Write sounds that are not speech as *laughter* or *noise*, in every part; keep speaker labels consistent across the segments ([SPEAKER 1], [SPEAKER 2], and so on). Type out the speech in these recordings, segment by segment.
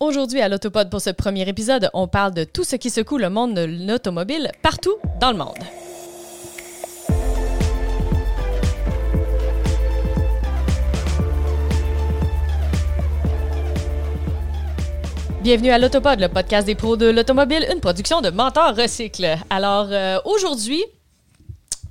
[SPEAKER 1] Aujourd'hui à l'Autopod pour ce premier épisode, on parle de tout ce qui secoue le monde de l'automobile partout dans le monde. Bienvenue à l'Autopod, le podcast des pros de l'automobile, une production de Mentor Recycle. Alors euh, aujourd'hui,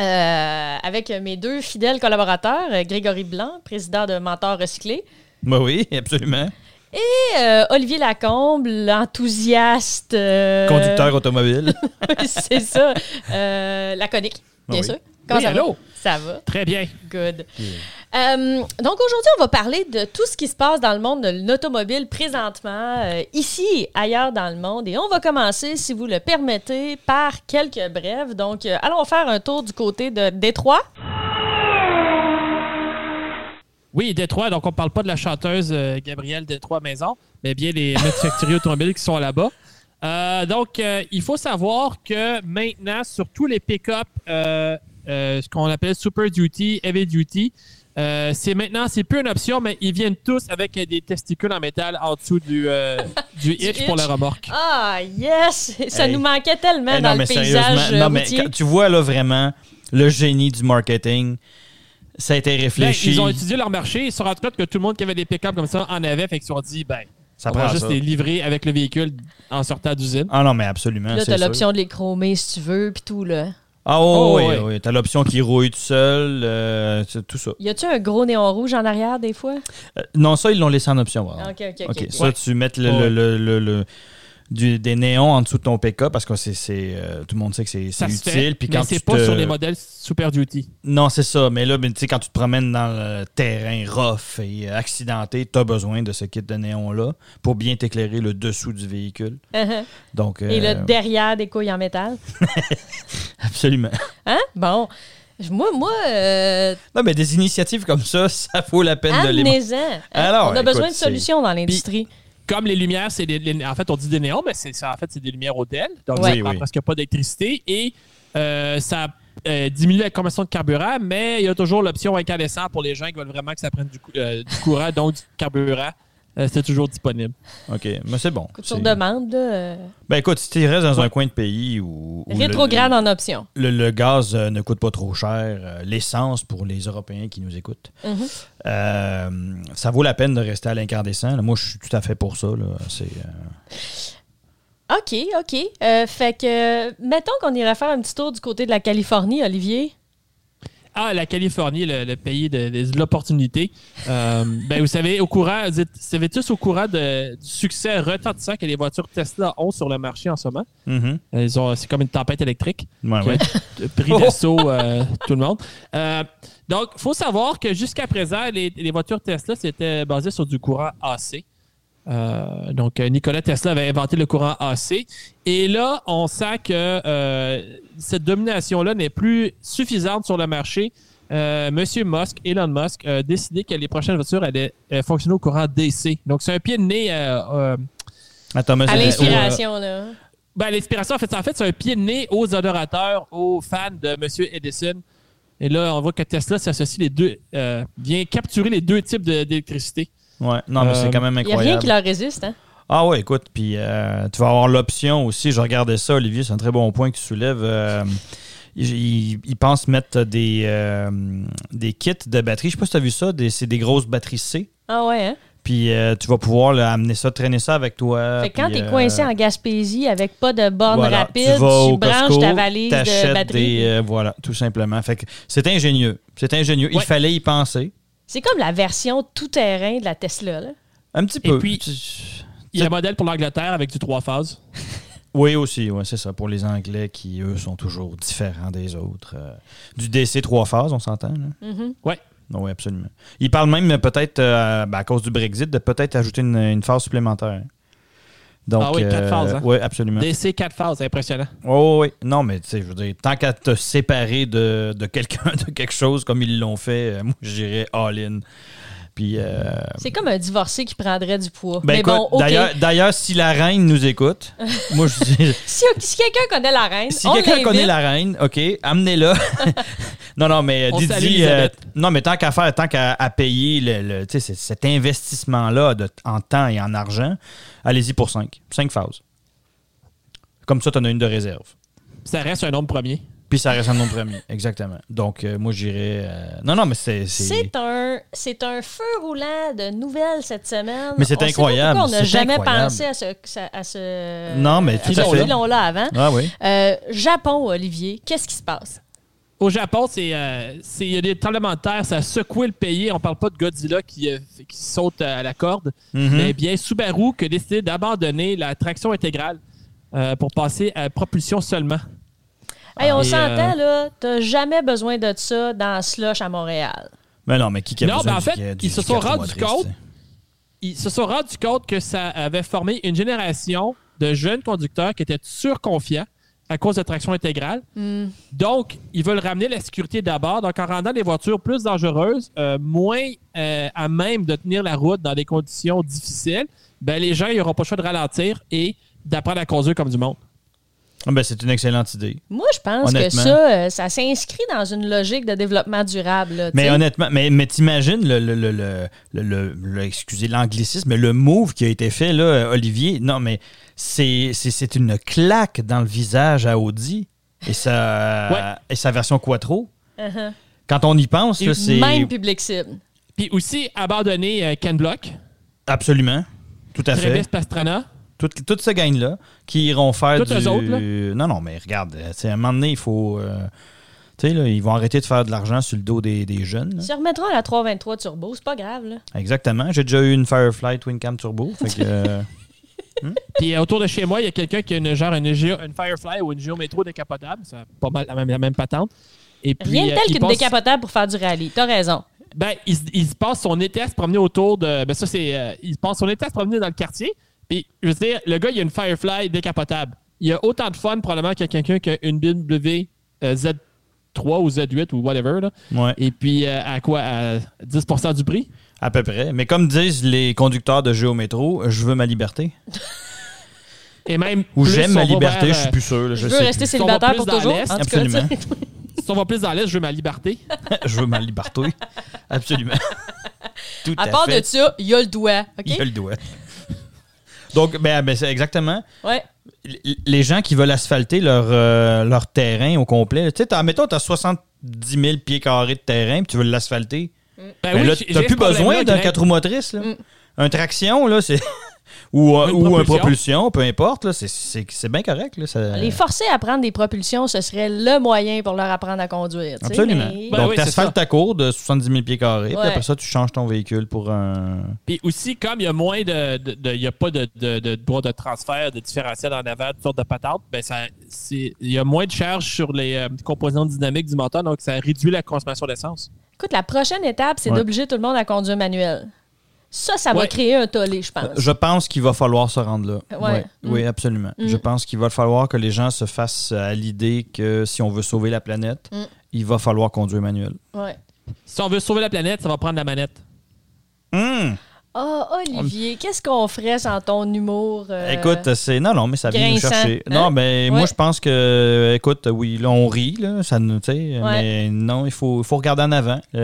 [SPEAKER 1] euh, avec mes deux fidèles collaborateurs, euh, Grégory Blanc, président de Mentor Recyclé,
[SPEAKER 2] Ben oui, absolument.
[SPEAKER 1] et euh, Olivier Lacombe, l'enthousiaste. euh,
[SPEAKER 2] Conducteur
[SPEAKER 3] *laughs*
[SPEAKER 2] automobile.
[SPEAKER 1] *laughs* Oui, c'est ça. Euh, laconique, bien
[SPEAKER 2] Ah Oui.
[SPEAKER 1] sûr. Comment
[SPEAKER 3] Oui,
[SPEAKER 1] ça va?
[SPEAKER 3] allô?
[SPEAKER 1] Ça va.
[SPEAKER 3] Très bien.
[SPEAKER 1] Good. Euh, donc aujourd'hui, on va parler de tout ce qui se passe dans le monde de l'automobile présentement, euh, ici et ailleurs dans le monde. Et on va commencer, si vous le permettez, par quelques brèves. Donc, euh, allons faire un tour du côté de Détroit.
[SPEAKER 3] Oui, Détroit, donc on ne parle pas de la chanteuse euh, Gabrielle Détroit-Maison, mais bien
[SPEAKER 2] *laughs*
[SPEAKER 3] les manufacturiers automobiles qui sont là-bas. Euh, donc, euh, il faut savoir que maintenant, sur tous les pick-up, euh, euh, ce qu'on appelle Super Duty, Heavy Duty, euh, c'est maintenant, c'est plus une option, mais ils viennent tous avec euh, des testicules en métal en dessous
[SPEAKER 2] *laughs*
[SPEAKER 3] du, euh, du hitch pour
[SPEAKER 1] hitch.
[SPEAKER 3] la remorque.
[SPEAKER 1] Ah, yes! Ça
[SPEAKER 2] Hey.
[SPEAKER 1] nous manquait
[SPEAKER 3] ben,
[SPEAKER 1] tellement
[SPEAKER 2] Eh
[SPEAKER 1] dans le paysage euh,
[SPEAKER 2] non, mais
[SPEAKER 1] routier.
[SPEAKER 2] quand tu vois là vraiment le génie du marketing, ça a été
[SPEAKER 3] Ben,
[SPEAKER 2] réfléchi.
[SPEAKER 3] ils ont étudié leur marché, ils se sont rendus compte que tout le monde qui avait des pick-up comme ça en avait, fait qu'ils se sont dit, ben,
[SPEAKER 2] ça
[SPEAKER 3] on va
[SPEAKER 2] prend
[SPEAKER 3] juste
[SPEAKER 2] ça.
[SPEAKER 3] les livrer avec le véhicule en sortant d'usine.
[SPEAKER 2] Ah non, mais absolument.
[SPEAKER 1] Là,
[SPEAKER 2] c'est
[SPEAKER 1] t'as
[SPEAKER 2] sûr.
[SPEAKER 1] l'option de les chromer si tu veux, puis tout, là.
[SPEAKER 2] Ah oui,
[SPEAKER 3] Oh,
[SPEAKER 2] oui,
[SPEAKER 3] ouais.
[SPEAKER 2] oui, T'as l'option qui rouille tout seul, euh, c'est tout ça.
[SPEAKER 1] Y a-tu un gros néon rouge en arrière, des
[SPEAKER 2] *laughs*
[SPEAKER 1] fois?
[SPEAKER 2] Euh, non, ça, ils l'ont laissé en option. par
[SPEAKER 1] Ah,
[SPEAKER 2] exemple.
[SPEAKER 1] OK, OK, OK.
[SPEAKER 2] OK, ça,
[SPEAKER 3] Ouais.
[SPEAKER 2] tu mets le, le-
[SPEAKER 3] Ouais.
[SPEAKER 2] le- le- le- du- des néons en dessous de ton PK parce que c'est, c'est, euh, tout le monde sait que c'est, c'est
[SPEAKER 3] Ça se
[SPEAKER 2] utile.
[SPEAKER 3] fait,
[SPEAKER 2] puis
[SPEAKER 3] mais
[SPEAKER 2] quand tu
[SPEAKER 3] c'est pas
[SPEAKER 2] te-
[SPEAKER 3] sur les modèles Super Duty.
[SPEAKER 2] Non, c'est ça. Mais là, ben, tu sais, quand tu te promènes dans le terrain rough et euh, accidenté, tu as besoin de ce kit de néon-là pour bien t'éclairer le dessous du véhicule. Donc,
[SPEAKER 1] Et
[SPEAKER 2] euh,
[SPEAKER 1] là, derrière, des couilles en métal. *laughs*
[SPEAKER 2] absolument. *laughs*
[SPEAKER 1] Hein? Bon. Moi, moi, euh,
[SPEAKER 2] Non, mais des initiatives comme ça, ça vaut la peine de les.
[SPEAKER 1] amenez-en. hein?
[SPEAKER 2] Alors,
[SPEAKER 1] on a
[SPEAKER 2] écoute,
[SPEAKER 1] besoin de
[SPEAKER 2] c'est-
[SPEAKER 1] solutions dans l'industrie.
[SPEAKER 3] Comme les lumières, c'est des- les- en fait, on dit des néons, mais c'est ça, en fait, c'est des lumières au DEL. Donc,
[SPEAKER 2] Ouais.
[SPEAKER 3] ça prend
[SPEAKER 2] Oui, oui.
[SPEAKER 3] presque pas d'électricité. Et euh, ça euh, diminue la consommation de carburant, mais il y a toujours l'option incandescent pour les gens qui veulent vraiment que ça prenne du, cou- euh, du courant, donc du carburant. Euh, c'est toujours disponible.
[SPEAKER 2] OK, mais c'est bon.
[SPEAKER 1] Écoute,
[SPEAKER 2] C'est-
[SPEAKER 1] Sur demande, là, euh,
[SPEAKER 2] Ben écoute, si tu restes dans un coin de pays où. où le-
[SPEAKER 1] rétrograde en option.
[SPEAKER 2] le, le gaz euh, ne coûte pas trop cher, euh, l'essence pour les Européens qui nous écoutent.
[SPEAKER 1] Mhm.
[SPEAKER 2] Euh, ça vaut la peine de rester à l'incandescent. là. Moi, je suis tout à fait pour ça. là. C'est, euh,
[SPEAKER 1] OK, OK. Euh, fait que, euh, mettons qu'on irait faire un petit tour du côté de la Californie, Olivier.
[SPEAKER 3] Ah, la Californie, le, le pays de, de- de l'opportunité. Euh, ben, vous savez, au courant, vous êtes- vous savez tous au courant de- du succès retentissant que les voitures Tesla ont sur le marché en ce moment.
[SPEAKER 2] mhm.
[SPEAKER 3] Euh, ils ont- C'est comme une tempête électrique.
[SPEAKER 2] Ouais,
[SPEAKER 3] Qui
[SPEAKER 2] ouais.
[SPEAKER 3] a *laughs* t- pris d'assaut euh, tout le monde. Euh, donc, il faut savoir que jusqu'à présent, les, les voitures Tesla, c'était basé sur du courant AC. Euh, donc, euh, Nikola Tesla avait inventé le courant AC. Et là, on sent que euh, cette domination-là n'est plus suffisante sur le marché. Euh, Monsieur Musk, Elon Musk, a décidé que les prochaines voitures allaient euh, fonctionner au courant DC. Donc, c'est un pied de nez euh, euh,
[SPEAKER 2] Attends, mais
[SPEAKER 1] À
[SPEAKER 2] c'est-
[SPEAKER 1] l'inspiration, là.
[SPEAKER 3] ben, l'inspiration, en fait, en fait c'est un pied de nez aux adorateurs, aux fans de M. Edison. Et là, on voit que Tesla s'associe les deux, euh, vient capturer les deux types de- d'électricité.
[SPEAKER 2] Ouais, non, mais c'est
[SPEAKER 3] Euh,
[SPEAKER 2] quand même
[SPEAKER 1] Il n'y a rien
[SPEAKER 2] incroyable.
[SPEAKER 1] qui leur résiste, hein?
[SPEAKER 2] Ah ouais, écoute, puis euh, tu vas avoir l'option aussi. Je regardais ça, Olivier, c'est un très bon point que tu soulèves. Euh, ils, ils- ils pensent mettre des, euh, des kits de batterie. Je sais pas si tu as vu ça, des- c'est des grosses batteries C.
[SPEAKER 1] Ah ouais, hein?
[SPEAKER 2] Puis euh, tu vas pouvoir là, amener ça, traîner ça avec toi.
[SPEAKER 1] fait que quand
[SPEAKER 2] puis,
[SPEAKER 1] t'es
[SPEAKER 2] euh,
[SPEAKER 1] coincé en Gaspésie avec pas de borne
[SPEAKER 2] voilà,
[SPEAKER 1] rapide, tu,
[SPEAKER 2] vas au
[SPEAKER 1] branches
[SPEAKER 2] Costco,
[SPEAKER 1] ta valise de
[SPEAKER 2] t'achètes
[SPEAKER 1] batterie.
[SPEAKER 2] des, euh, voilà, tout simplement. Fait que c'est ingénieux. C'est ingénieux. Il
[SPEAKER 3] Ouais.
[SPEAKER 2] fallait y penser.
[SPEAKER 1] C'est comme la version tout-terrain de la Tesla, là.
[SPEAKER 2] Un petit
[SPEAKER 3] Et
[SPEAKER 2] peu.
[SPEAKER 3] puis- Il y a un modèle pour l'Angleterre avec du trois phases.
[SPEAKER 2] Oui, aussi, ouais, c'est ça. Pour les Anglais qui, eux, sont toujours différents des autres. euh, du DC trois phases, on s'entend. là?
[SPEAKER 1] Mhm.
[SPEAKER 3] Ouais.
[SPEAKER 2] Oui, absolument. Ils parlent même euh, peut-être, euh, ben, à cause du Brexit, de peut-être ajouter une, une phase supplémentaire. Donc, euh,
[SPEAKER 3] Ah oui, quatre phases, hein?
[SPEAKER 2] Oui, absolument.
[SPEAKER 3] DC quatre phases, impressionnant.
[SPEAKER 2] Oh, oui, non, mais tu sais, je veux dire, tant qu'à te *laughs* séparer de, de quelqu'un, de quelque chose comme ils l'ont fait, euh, moi, je dirais all-in. Puis, euh,
[SPEAKER 1] C'est comme un divorcé qui prendrait du poids.
[SPEAKER 2] ben
[SPEAKER 1] Mais
[SPEAKER 2] écoute,
[SPEAKER 1] bon, OK.
[SPEAKER 2] d'ailleurs- d'ailleurs, si la reine nous écoute, moi je dis,
[SPEAKER 1] Si, si quelqu'un connaît la reine,
[SPEAKER 2] Si
[SPEAKER 1] on
[SPEAKER 2] quelqu'un
[SPEAKER 1] l'invite.
[SPEAKER 2] connaît la reine, OK,
[SPEAKER 3] *laughs*
[SPEAKER 2] amenez-la. non, non, mais
[SPEAKER 3] On
[SPEAKER 2] Didi,
[SPEAKER 3] salue Elisabeth.
[SPEAKER 2] euh, non, mais tant qu'à faire, tant qu'à à payer le, le- tu sais, c'est- cet investissement-là de- en temps et en argent, allez-y pour cinq. Cinq phases. Comme ça, tu en as une de réserve.
[SPEAKER 3] Ça reste un nombre premier.
[SPEAKER 2] Puis ça reste un nom
[SPEAKER 3] *laughs*
[SPEAKER 2] premier. Exactement. Donc, euh, moi, j'irais. euh, Non, non, mais c'est. c'est-
[SPEAKER 1] C'est un, c'est un feu roulant de nouvelles cette semaine.
[SPEAKER 2] Mais c'est
[SPEAKER 1] On sait pas
[SPEAKER 2] incroyable,
[SPEAKER 1] pourquoi on n'a
[SPEAKER 2] c'est
[SPEAKER 1] jamais
[SPEAKER 2] incroyable.
[SPEAKER 1] pensé à ce, à ce
[SPEAKER 3] euh,
[SPEAKER 2] Non, mais tout
[SPEAKER 1] à
[SPEAKER 3] à
[SPEAKER 1] ce
[SPEAKER 3] fait.
[SPEAKER 1] filon-là avant.
[SPEAKER 2] Ah oui.
[SPEAKER 1] Euh, Japon, Olivier, qu'est-ce qui se passe?
[SPEAKER 3] Au Japon, c'est euh, c'est- il y a des tremblements de terre, ça a secoué le pays. On parle pas de Godzilla qui, euh, qui saute à la corde,
[SPEAKER 2] Mhm.
[SPEAKER 3] mais bien Subaru qui a décidé d'abandonner la traction intégrale euh, pour passer à propulsion seulement.
[SPEAKER 1] Hey, on
[SPEAKER 2] euh,
[SPEAKER 3] Et,
[SPEAKER 1] s'entend, là, t'as jamais besoin de ça dans Slush à Montréal.
[SPEAKER 2] Mais non, mais qui, qui a
[SPEAKER 3] Non,
[SPEAKER 2] besoin
[SPEAKER 3] mais en
[SPEAKER 2] du-
[SPEAKER 3] fait,
[SPEAKER 2] du-
[SPEAKER 3] ils se
[SPEAKER 2] du
[SPEAKER 3] sont
[SPEAKER 2] carton
[SPEAKER 3] rendus
[SPEAKER 2] motrice,
[SPEAKER 3] compte
[SPEAKER 2] tu sais.
[SPEAKER 3] ils se sont rendus compte que ça avait formé une génération de jeunes conducteurs qui étaient surconfiants à cause de traction intégrale. Donc, ils veulent ramener la sécurité d'abord. Donc, en rendant les voitures plus dangereuses, euh, moins euh, à même de tenir la route dans des conditions difficiles, ben, les gens n'auront pas le choix de ralentir et d'apprendre à conduire comme du monde.
[SPEAKER 2] Ah, ben, c'est une excellente idée.
[SPEAKER 1] Moi, je pense que
[SPEAKER 2] Honnêtement.
[SPEAKER 1] ça, euh, ça s'inscrit dans une logique de développement durable. là, tu
[SPEAKER 2] Mais
[SPEAKER 1] sais.
[SPEAKER 2] honnêtement, mais, mais t'imagines le, le, le, le, le- le- le- excusez l'anglicisme, mais le move qui a été fait, là, euh, Olivier, non, mais c'est, c'est, c'est une claque dans le visage à Audi et sa,
[SPEAKER 3] Ouais.
[SPEAKER 2] et sa version Quattro.
[SPEAKER 1] Uh-huh.
[SPEAKER 2] Quand on y pense, là, c'est
[SPEAKER 1] Même public cible.
[SPEAKER 3] Puis aussi, abandonner euh, Ken Block,
[SPEAKER 2] absolument, tout à fait.
[SPEAKER 3] Travis Pastrana.
[SPEAKER 2] Toute, toute ce gang-là qui iront faire
[SPEAKER 3] Toutes
[SPEAKER 2] du...
[SPEAKER 3] eux autres, là.
[SPEAKER 2] Non, non, mais regarde, euh, tu sais, à un moment donné, il faut... euh, tu sais, là, ils vont arrêter de faire de l'argent sur le dos des, des jeunes. là.
[SPEAKER 1] Ils se remettront à la 323 Turbo, c'est pas grave. Là.
[SPEAKER 2] Exactement. J'ai déjà eu une Firefly Twin Cam Turbo. Fait que, euh,
[SPEAKER 3] Puis euh, autour de chez moi, il y a quelqu'un qui a une, genre une, Geo- une Firefly ou une Géométro décapotable. C'est pas mal la même, la même patente. Et puis,
[SPEAKER 1] Rien de
[SPEAKER 3] euh,
[SPEAKER 1] tel
[SPEAKER 3] il
[SPEAKER 1] qu'une
[SPEAKER 3] passe-
[SPEAKER 1] décapotable pour faire du rallye. T'as raison.
[SPEAKER 3] Ben, il, se- il se passe son été à se promener autour de. Ben, ça, c'est. euh, il passe son été à se promener dans le quartier. Puis, je veux dire, le gars, il a une Firefly décapotable. Il a autant de fun, probablement, que quelqu'un qui a une BMW euh, Z3 ou Z8 ou whatever. Là.
[SPEAKER 2] ouais.
[SPEAKER 3] Et puis, euh, à quoi À 10 du prix
[SPEAKER 2] À peu près. Mais comme disent les conducteurs de Géométro, je veux ma liberté.
[SPEAKER 3] Et même.
[SPEAKER 2] Ou
[SPEAKER 3] plus,
[SPEAKER 2] j'aime
[SPEAKER 3] si on
[SPEAKER 2] ma
[SPEAKER 3] va
[SPEAKER 2] liberté,
[SPEAKER 3] vers,
[SPEAKER 2] je suis
[SPEAKER 3] euh,
[SPEAKER 2] plus sûr.
[SPEAKER 1] Je,
[SPEAKER 2] là, je
[SPEAKER 1] veux
[SPEAKER 2] sais
[SPEAKER 1] rester
[SPEAKER 2] plus.
[SPEAKER 1] célibataire
[SPEAKER 3] plus
[SPEAKER 1] pour
[SPEAKER 3] dans
[SPEAKER 1] toujours.
[SPEAKER 3] l'Est,
[SPEAKER 1] en tout cas,
[SPEAKER 2] absolument.
[SPEAKER 1] tu sais.
[SPEAKER 3] euh, Si on va plus dans l'Est, je veux ma liberté.
[SPEAKER 2] *laughs*
[SPEAKER 3] Ben
[SPEAKER 2] je veux ma liberté. Absolument. Tout à,
[SPEAKER 1] à part
[SPEAKER 2] fait.
[SPEAKER 1] de ça, il y a le doigt. OK?
[SPEAKER 2] Il a le doigt. Donc, ben, ben, c'est exactement.
[SPEAKER 1] Ouais.
[SPEAKER 2] L- Les gens qui veulent asphalter leur, euh, leur terrain au complet, tu sais, t'as- mettons, tu as 70 000 pieds carrés de terrain, puis tu veux l'asphalter.
[SPEAKER 3] Ben
[SPEAKER 2] Ben
[SPEAKER 3] oui,
[SPEAKER 2] là,
[SPEAKER 3] j'ai-
[SPEAKER 2] t'as
[SPEAKER 3] j'ai
[SPEAKER 2] plus
[SPEAKER 3] ce problème-là
[SPEAKER 2] besoin
[SPEAKER 3] avec
[SPEAKER 2] d'un
[SPEAKER 3] la-
[SPEAKER 2] 4 roues motrices. là.
[SPEAKER 1] Mm.
[SPEAKER 2] Un traction, là, c'est. *laughs* ou euh,
[SPEAKER 3] Une
[SPEAKER 2] ou un
[SPEAKER 3] propulsion.
[SPEAKER 2] propulsion, peu importe, là, c'est- c'est c'est bien correct. Là, ça-
[SPEAKER 1] Les forcer à prendre des propulsions, ce serait le moyen pour leur apprendre à conduire. tu sais,
[SPEAKER 2] Absolument.
[SPEAKER 1] mais-
[SPEAKER 3] Ben
[SPEAKER 2] Donc,
[SPEAKER 3] oui,
[SPEAKER 2] tu
[SPEAKER 3] c'est ça.
[SPEAKER 2] asphaltes ta cour de 70 000 pieds carrés, puis
[SPEAKER 1] Ouais.
[SPEAKER 2] après ça, tu changes ton véhicule pour un.
[SPEAKER 3] Puis aussi, comme il y a moins de. de- de- Il n'y a pas de, de, de droit de transfert, de différentiel en avant, de sorte de patente, ben ça, c'est- il y a moins de charge sur les euh, composantes dynamiques du moteur, donc ça réduit la consommation d'essence.
[SPEAKER 1] Écoute, la prochaine étape, c'est
[SPEAKER 2] Ouais.
[SPEAKER 1] d'obliger tout le monde à conduire manuel. Ça, ça va
[SPEAKER 3] Ouais.
[SPEAKER 1] créer un tollé, je pense.
[SPEAKER 2] Ben, Euh, Je pense qu'il va falloir se rendre là.
[SPEAKER 1] Ah, Ouais.
[SPEAKER 2] Ouais.
[SPEAKER 1] Mm.
[SPEAKER 2] Oui, absolument.
[SPEAKER 1] Mm.
[SPEAKER 2] Je pense qu'il va falloir que les gens se fassent à l'idée que si on veut sauver la planète,
[SPEAKER 1] Mm.
[SPEAKER 2] il va falloir conduire manuel.
[SPEAKER 1] Ouais.
[SPEAKER 3] Si on veut sauver la planète, ça va prendre la manette.
[SPEAKER 2] Hum!
[SPEAKER 1] Ah, Olivier, qu'est-ce qu'on ferait sans ton humour? euh,
[SPEAKER 2] Écoute, c'est. Non, non, mais ça vient nous
[SPEAKER 1] grinçant,
[SPEAKER 2] chercher.
[SPEAKER 1] hein?
[SPEAKER 2] Non,
[SPEAKER 1] Ouais.
[SPEAKER 2] mais moi, je pense que. Écoute, oui, là, on rit, là, ça nous. tu sais, Mais non, il faut, faut regarder en avant. Il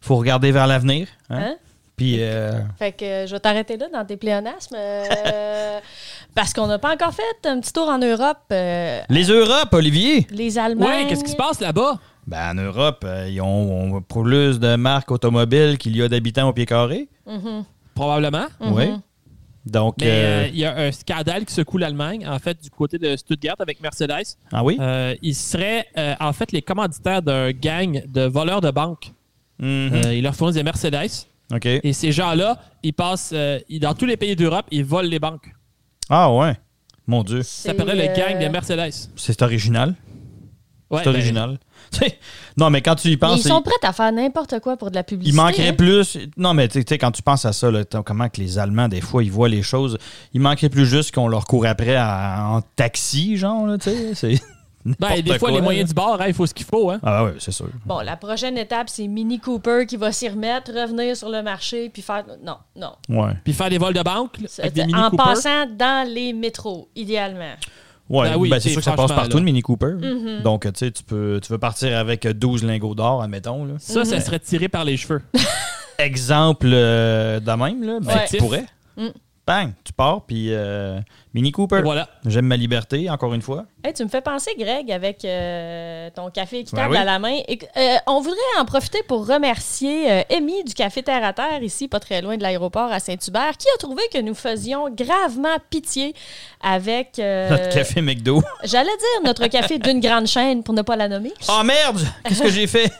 [SPEAKER 2] faut regarder vers l'avenir. hein.
[SPEAKER 1] Hein?
[SPEAKER 2] Puis. euh,
[SPEAKER 1] Fait que euh, je vais t'arrêter là dans tes pléonasmes. euh, *laughs* parce qu'on n'a pas encore fait un petit tour en Europe. euh,
[SPEAKER 2] les Europes, Olivier!
[SPEAKER 1] les Allemands.
[SPEAKER 3] Ouais, qu'est-ce qui se passe là-bas?
[SPEAKER 2] Ben, en Europe, euh, ils ont, ont plus de marques automobiles qu'il y a d'habitants au pied carré.
[SPEAKER 3] Probablement.
[SPEAKER 1] Mhm.
[SPEAKER 2] Oui. Donc.
[SPEAKER 3] Mais
[SPEAKER 2] euh,
[SPEAKER 3] euh, il y a un scandale qui secoue l'Allemagne, en fait, du côté de Stuttgart avec Mercedes.
[SPEAKER 2] ah oui?
[SPEAKER 3] Euh, ils seraient, euh, en fait, les commanditaires d'un gang de voleurs de banque.
[SPEAKER 2] Mhm.
[SPEAKER 3] Euh, ils leur fournissent des Mercedes.
[SPEAKER 2] OK.
[SPEAKER 3] Et ces gens-là, ils passent euh, ils- dans tous les pays d'Europe, ils volent les banques.
[SPEAKER 2] Ah ouais. Mon Dieu.
[SPEAKER 1] C'est,
[SPEAKER 3] Ça s'appelait le gang
[SPEAKER 1] euh,
[SPEAKER 3] des Mercedes.
[SPEAKER 2] C'est original.
[SPEAKER 3] Ouais,
[SPEAKER 2] C'est
[SPEAKER 3] ben,
[SPEAKER 2] original. Tu sais, non, mais quand tu y
[SPEAKER 1] mais
[SPEAKER 2] penses.
[SPEAKER 1] ils sont prêts à faire n'importe quoi pour de la publicité.
[SPEAKER 2] Il manquerait
[SPEAKER 1] hein.
[SPEAKER 2] plus. Non, mais tu sais, tu sais, quand tu penses à ça, là, t'as- comment que les Allemands, des fois, ils voient les choses, il manquerait plus juste qu'on leur court après à- en taxi, genre, là, tu sais. c'est-
[SPEAKER 3] Ben, des
[SPEAKER 2] N'importe
[SPEAKER 3] fois,
[SPEAKER 2] quoi,
[SPEAKER 3] les
[SPEAKER 2] là.
[SPEAKER 3] moyens du bord, hein, il faut ce qu'il faut. Hein.
[SPEAKER 2] Ah oui, c'est sûr.
[SPEAKER 1] Bon, la prochaine étape, c'est Mini Cooper qui va s'y remettre, revenir sur le marché, puis faire. Non, non.
[SPEAKER 2] Ouais.
[SPEAKER 3] Puis faire des vols de banque avec des
[SPEAKER 1] C'est-
[SPEAKER 3] mini
[SPEAKER 1] en
[SPEAKER 3] Cooper.
[SPEAKER 1] passant dans les métros, idéalement.
[SPEAKER 2] Ouais,
[SPEAKER 3] Ben oui,
[SPEAKER 2] ben, c'est
[SPEAKER 3] t'sais,
[SPEAKER 2] sûr que ça passe
[SPEAKER 3] franchement,
[SPEAKER 2] partout,
[SPEAKER 3] là.
[SPEAKER 2] le Mini Cooper. Donc, tu sais, tu peux- tu veux partir avec 12 lingots d'or, admettons. Là.
[SPEAKER 3] Ça, ça serait tiré par les cheveux.
[SPEAKER 2] Exemple euh, de même, là, ben,
[SPEAKER 1] Ouais.
[SPEAKER 2] tu pourrais.
[SPEAKER 1] Mm.
[SPEAKER 2] Bang, tu pars, puis euh, Mini Cooper.
[SPEAKER 3] voilà.
[SPEAKER 2] J'aime ma liberté, encore une fois.
[SPEAKER 1] Hey, tu me fais penser, Greg, avec euh, ton café équitable
[SPEAKER 2] Ben oui.
[SPEAKER 1] à la main. Et- euh, on voudrait en profiter pour remercier euh, Amy du Café Terre à Terre, ici, pas très loin de l'aéroport à Saint-Hubert, qui a trouvé que nous faisions gravement pitié avec. euh,
[SPEAKER 2] Notre café McDo.
[SPEAKER 1] J'allais dire notre café d'une grande chaîne, pour ne pas la nommer.
[SPEAKER 2] Ah merde! Qu'est-ce que j'ai fait?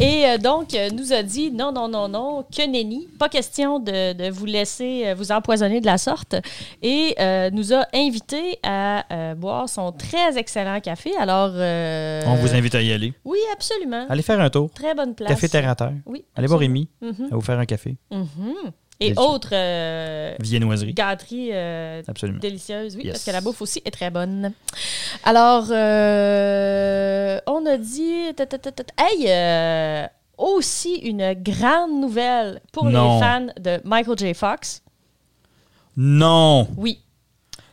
[SPEAKER 1] Et euh, donc, euh, nous a dit non, non, non, non, que nenni. Pas question de, de vous laisser euh, vous empoisonner de la sorte. Et euh, nous a invités à euh, boire son très excellent café. Alors. euh,
[SPEAKER 2] On vous invite à y aller.
[SPEAKER 1] Oui, absolument.
[SPEAKER 2] Allez faire un tour.
[SPEAKER 1] Très bonne place.
[SPEAKER 2] Café terre à terre.
[SPEAKER 1] Oui.
[SPEAKER 2] Allez voir Rémi,
[SPEAKER 1] Mhm,
[SPEAKER 2] à vous faire un café.
[SPEAKER 1] mhm. Et
[SPEAKER 2] Délicieux.
[SPEAKER 1] autres euh,
[SPEAKER 2] Viennoiserie.
[SPEAKER 1] gâteries euh,
[SPEAKER 2] Absolument.
[SPEAKER 1] délicieuses, oui,
[SPEAKER 2] Mm. Yes.
[SPEAKER 1] parce que la bouffe aussi est très bonne. Alors, euh, on a dit. ta, ta, ta, ta, ta. Hey! euh, aussi une grande nouvelle pour
[SPEAKER 2] Non.
[SPEAKER 1] les fans de Michael J. Fox.
[SPEAKER 2] Non!
[SPEAKER 1] Oui,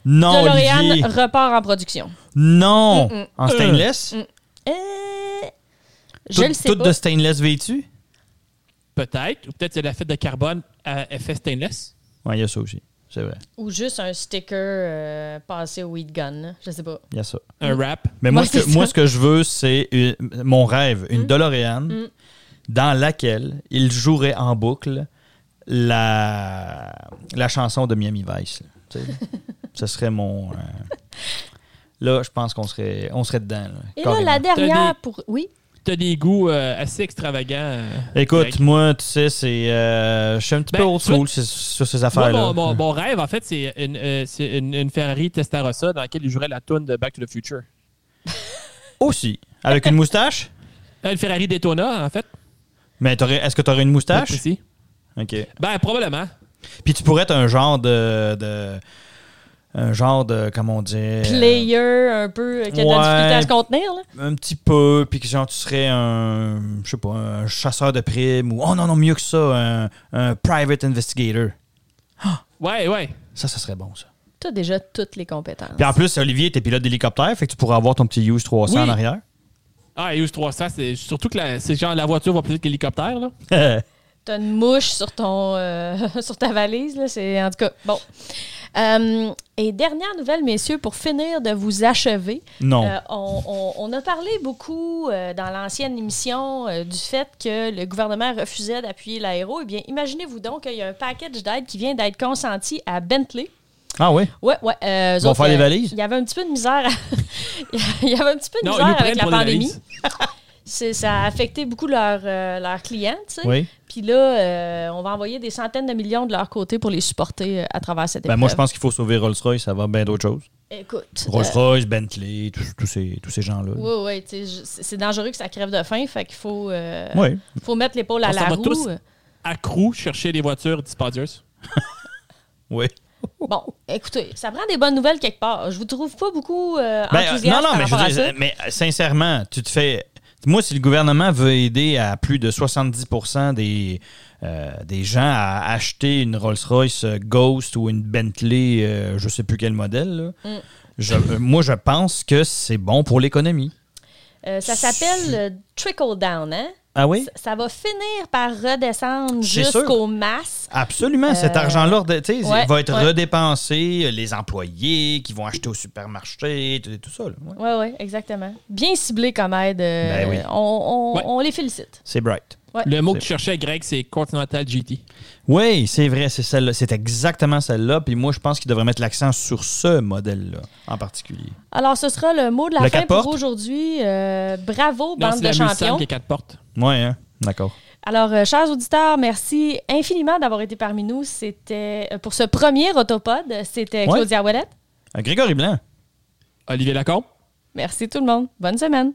[SPEAKER 2] Non,
[SPEAKER 1] DeLorean
[SPEAKER 2] Olivier!
[SPEAKER 1] repart en production.
[SPEAKER 2] Non!
[SPEAKER 1] Mm-mm.
[SPEAKER 2] En stainless?
[SPEAKER 1] Mm. Euh, je
[SPEAKER 2] Tout-
[SPEAKER 1] le sais Oh.
[SPEAKER 2] tout
[SPEAKER 1] pas.
[SPEAKER 2] de stainless vêtu?
[SPEAKER 3] Peut-être. Ou peut-être c'est la fête de carbone à effet stainless.
[SPEAKER 2] Ouais, il y a ça aussi. C'est vrai.
[SPEAKER 1] Ou juste un sticker euh, passé au weed gun. là. Je sais pas.
[SPEAKER 2] Il y a ça.
[SPEAKER 3] Un rap.
[SPEAKER 2] Mais moi,
[SPEAKER 1] Ouais,
[SPEAKER 2] ce que,
[SPEAKER 1] c'est ça.
[SPEAKER 2] moi, ce que je veux, c'est une- mon rêve, une DeLorean
[SPEAKER 1] Mm.
[SPEAKER 2] dans laquelle il jouerait en boucle la, la chanson de Miami Vice. là,
[SPEAKER 1] *laughs*
[SPEAKER 2] tu sais. ce serait mon. euh, là, je pense qu'on serait, on serait dedans. là,
[SPEAKER 1] Et là,
[SPEAKER 2] carrément.
[SPEAKER 1] la
[SPEAKER 3] T'as
[SPEAKER 1] dernière
[SPEAKER 3] des-
[SPEAKER 1] pour. Oui.
[SPEAKER 3] T'as des goûts euh, assez extravagants. euh,
[SPEAKER 2] Écoute,
[SPEAKER 3] Greg.
[SPEAKER 2] moi, tu sais, c'est, euh, je suis un petit
[SPEAKER 3] Ben,
[SPEAKER 2] peu old
[SPEAKER 3] toi-
[SPEAKER 2] school sur, sur ces
[SPEAKER 3] Moi,
[SPEAKER 2] affaires-là.
[SPEAKER 3] mon, mon- mon rêve, en fait, c'est une, euh, c'est une- une Ferrari Testarossa dans laquelle il jouerait la toune de Back to the Future.
[SPEAKER 2] Aussi. Avec une moustache?
[SPEAKER 3] Euh, une Ferrari Daytona, en fait.
[SPEAKER 2] Mais t'aurais- est-ce que tu aurais une
[SPEAKER 3] Pas
[SPEAKER 2] moustache?
[SPEAKER 3] précis.
[SPEAKER 2] OK.
[SPEAKER 3] Ben, probablement.
[SPEAKER 2] Puis tu pourrais être un genre de. de- un genre de. Comment on dit?
[SPEAKER 1] player un peu euh, qui a de la
[SPEAKER 2] Euh, Ouais.
[SPEAKER 1] difficulté à se contenir. Là.
[SPEAKER 2] euh, un petit peu, puis que genre tu serais un, je sais pas, un chasseur de primes ou oh non non mieux que ça, un, un private investigator.
[SPEAKER 3] Ouais, ouais.
[SPEAKER 2] Ça, ça serait bon ça.
[SPEAKER 1] Tu as déjà toutes les compétences.
[SPEAKER 2] Puis en plus, Olivier était pilote d'hélicoptère, fait que tu pourrais avoir ton petit Hughes 300
[SPEAKER 3] Oui.
[SPEAKER 2] en arrière. *laughs*
[SPEAKER 3] Ah, US 300, c'est surtout que la, c'est genre la voiture va plus vite que l'hélicoptère, là.
[SPEAKER 1] Tu as une mouche sur, ton, euh, *laughs* sur ta valise. Là, c'est, en tout cas, bon. Euh, et dernière nouvelle, messieurs, pour finir de vous achever.
[SPEAKER 2] non.
[SPEAKER 1] Euh, on, on- on a parlé beaucoup euh, dans l'ancienne émission euh, du fait que le gouvernement refusait d'appuyer l'aéro. Eh bien, imaginez-vous donc qu'il y a un package d'aide qui vient d'être consenti à Bentley.
[SPEAKER 2] ah oui?
[SPEAKER 1] Ouais, ouais. euh, eux
[SPEAKER 2] Ils vont
[SPEAKER 1] autres,
[SPEAKER 2] faire les
[SPEAKER 1] euh,
[SPEAKER 2] valises?
[SPEAKER 1] Il y avait un petit peu de misère. à- *laughs* Il y avait un petit peu de
[SPEAKER 3] Non, ils nous
[SPEAKER 1] misère avec
[SPEAKER 3] prennent
[SPEAKER 1] la
[SPEAKER 3] pour des
[SPEAKER 1] pandémie.
[SPEAKER 3] valises.
[SPEAKER 1] C'est- ça a affecté beaucoup leurs euh, leurs clients, tu sais.
[SPEAKER 2] Oui.
[SPEAKER 1] Puis là, euh, on va envoyer des centaines de millions de leur côté pour les supporter euh, à travers cette
[SPEAKER 2] Ben,
[SPEAKER 1] épreuve.
[SPEAKER 2] moi, je pense qu'il faut sauver Rolls-Royce avant bien d'autres choses.
[SPEAKER 1] Écoute. euh,
[SPEAKER 2] Rolls-Royce, Bentley, tous- tous ces, tous ces gens-là.
[SPEAKER 1] ouais, ouais, tu sais, je- c'est c'est dangereux que ça crève de faim, fait qu'il faut, euh,
[SPEAKER 2] Oui.
[SPEAKER 1] faut mettre l'épaule à
[SPEAKER 3] On
[SPEAKER 1] la
[SPEAKER 3] s'en va
[SPEAKER 1] roue.
[SPEAKER 3] tous. Accrou, chercher les voitures dispendieuses.
[SPEAKER 2] Oui.
[SPEAKER 1] Bon, écoutez, ça prend des bonnes nouvelles quelque part. Je vous trouve pas beaucoup euh,
[SPEAKER 2] Ben,
[SPEAKER 1] enthousiaste
[SPEAKER 2] non, non,
[SPEAKER 1] par
[SPEAKER 2] mais je
[SPEAKER 1] rapport
[SPEAKER 2] veux
[SPEAKER 1] à
[SPEAKER 2] dire,
[SPEAKER 1] ça.
[SPEAKER 2] mais euh, sincèrement, tu te fais. Moi, si le gouvernement veut aider à plus de 70 des, euh, des gens à acheter une Rolls-Royce euh, Ghost ou une Bentley, euh, je sais plus quel modèle, là,
[SPEAKER 1] Mm.
[SPEAKER 2] je- euh, moi, je pense que c'est bon pour l'économie.
[SPEAKER 1] Euh, ça s'appelle euh, trickle down, hein?
[SPEAKER 2] Ah oui?
[SPEAKER 1] Ça, ça va finir par redescendre
[SPEAKER 2] C'est sûr.
[SPEAKER 1] jusqu'aux masses.
[SPEAKER 2] Absolument, cet
[SPEAKER 1] Euh,
[SPEAKER 2] argent-là tu sais, il
[SPEAKER 1] ouais,
[SPEAKER 2] va être
[SPEAKER 1] ouais.
[SPEAKER 2] redépensé, euh, les employés qui vont acheter au supermarché, tout, tout ça. là, ouais.
[SPEAKER 1] Oui, oui, exactement. Bien ciblé comme aide. euh,
[SPEAKER 2] Ben oui.
[SPEAKER 1] on, on-
[SPEAKER 3] Ouais.
[SPEAKER 1] on les félicite.
[SPEAKER 2] C'est bright.
[SPEAKER 3] Le mot
[SPEAKER 2] C'est-
[SPEAKER 3] que tu cherchais, Greg, c'est Continental GT.
[SPEAKER 2] Oui, c'est vrai, c'est celle-là. C'est exactement celle-là. Puis moi, je pense qu'il devrait mettre l'accent sur ce modèle-là en particulier.
[SPEAKER 1] Alors, ce sera le mot de la
[SPEAKER 2] Le
[SPEAKER 1] fin
[SPEAKER 2] quatre-portes.
[SPEAKER 1] pour aujourd'hui. Euh, bravo,
[SPEAKER 3] Non,
[SPEAKER 1] bande
[SPEAKER 3] c'est
[SPEAKER 1] de
[SPEAKER 3] la
[SPEAKER 1] champions.
[SPEAKER 3] Mustang qui a quatre portes.
[SPEAKER 2] Oui, hein? D'accord.
[SPEAKER 1] Alors, euh, chers auditeurs, merci infiniment d'avoir été parmi nous. C'était euh, pour ce premier Autopod, c'était
[SPEAKER 2] Ouais.
[SPEAKER 1] Claudia Ouellette.
[SPEAKER 2] Euh, Grégory Blanc.
[SPEAKER 3] Olivier Lacombe.
[SPEAKER 1] Merci tout le monde. Bonne semaine.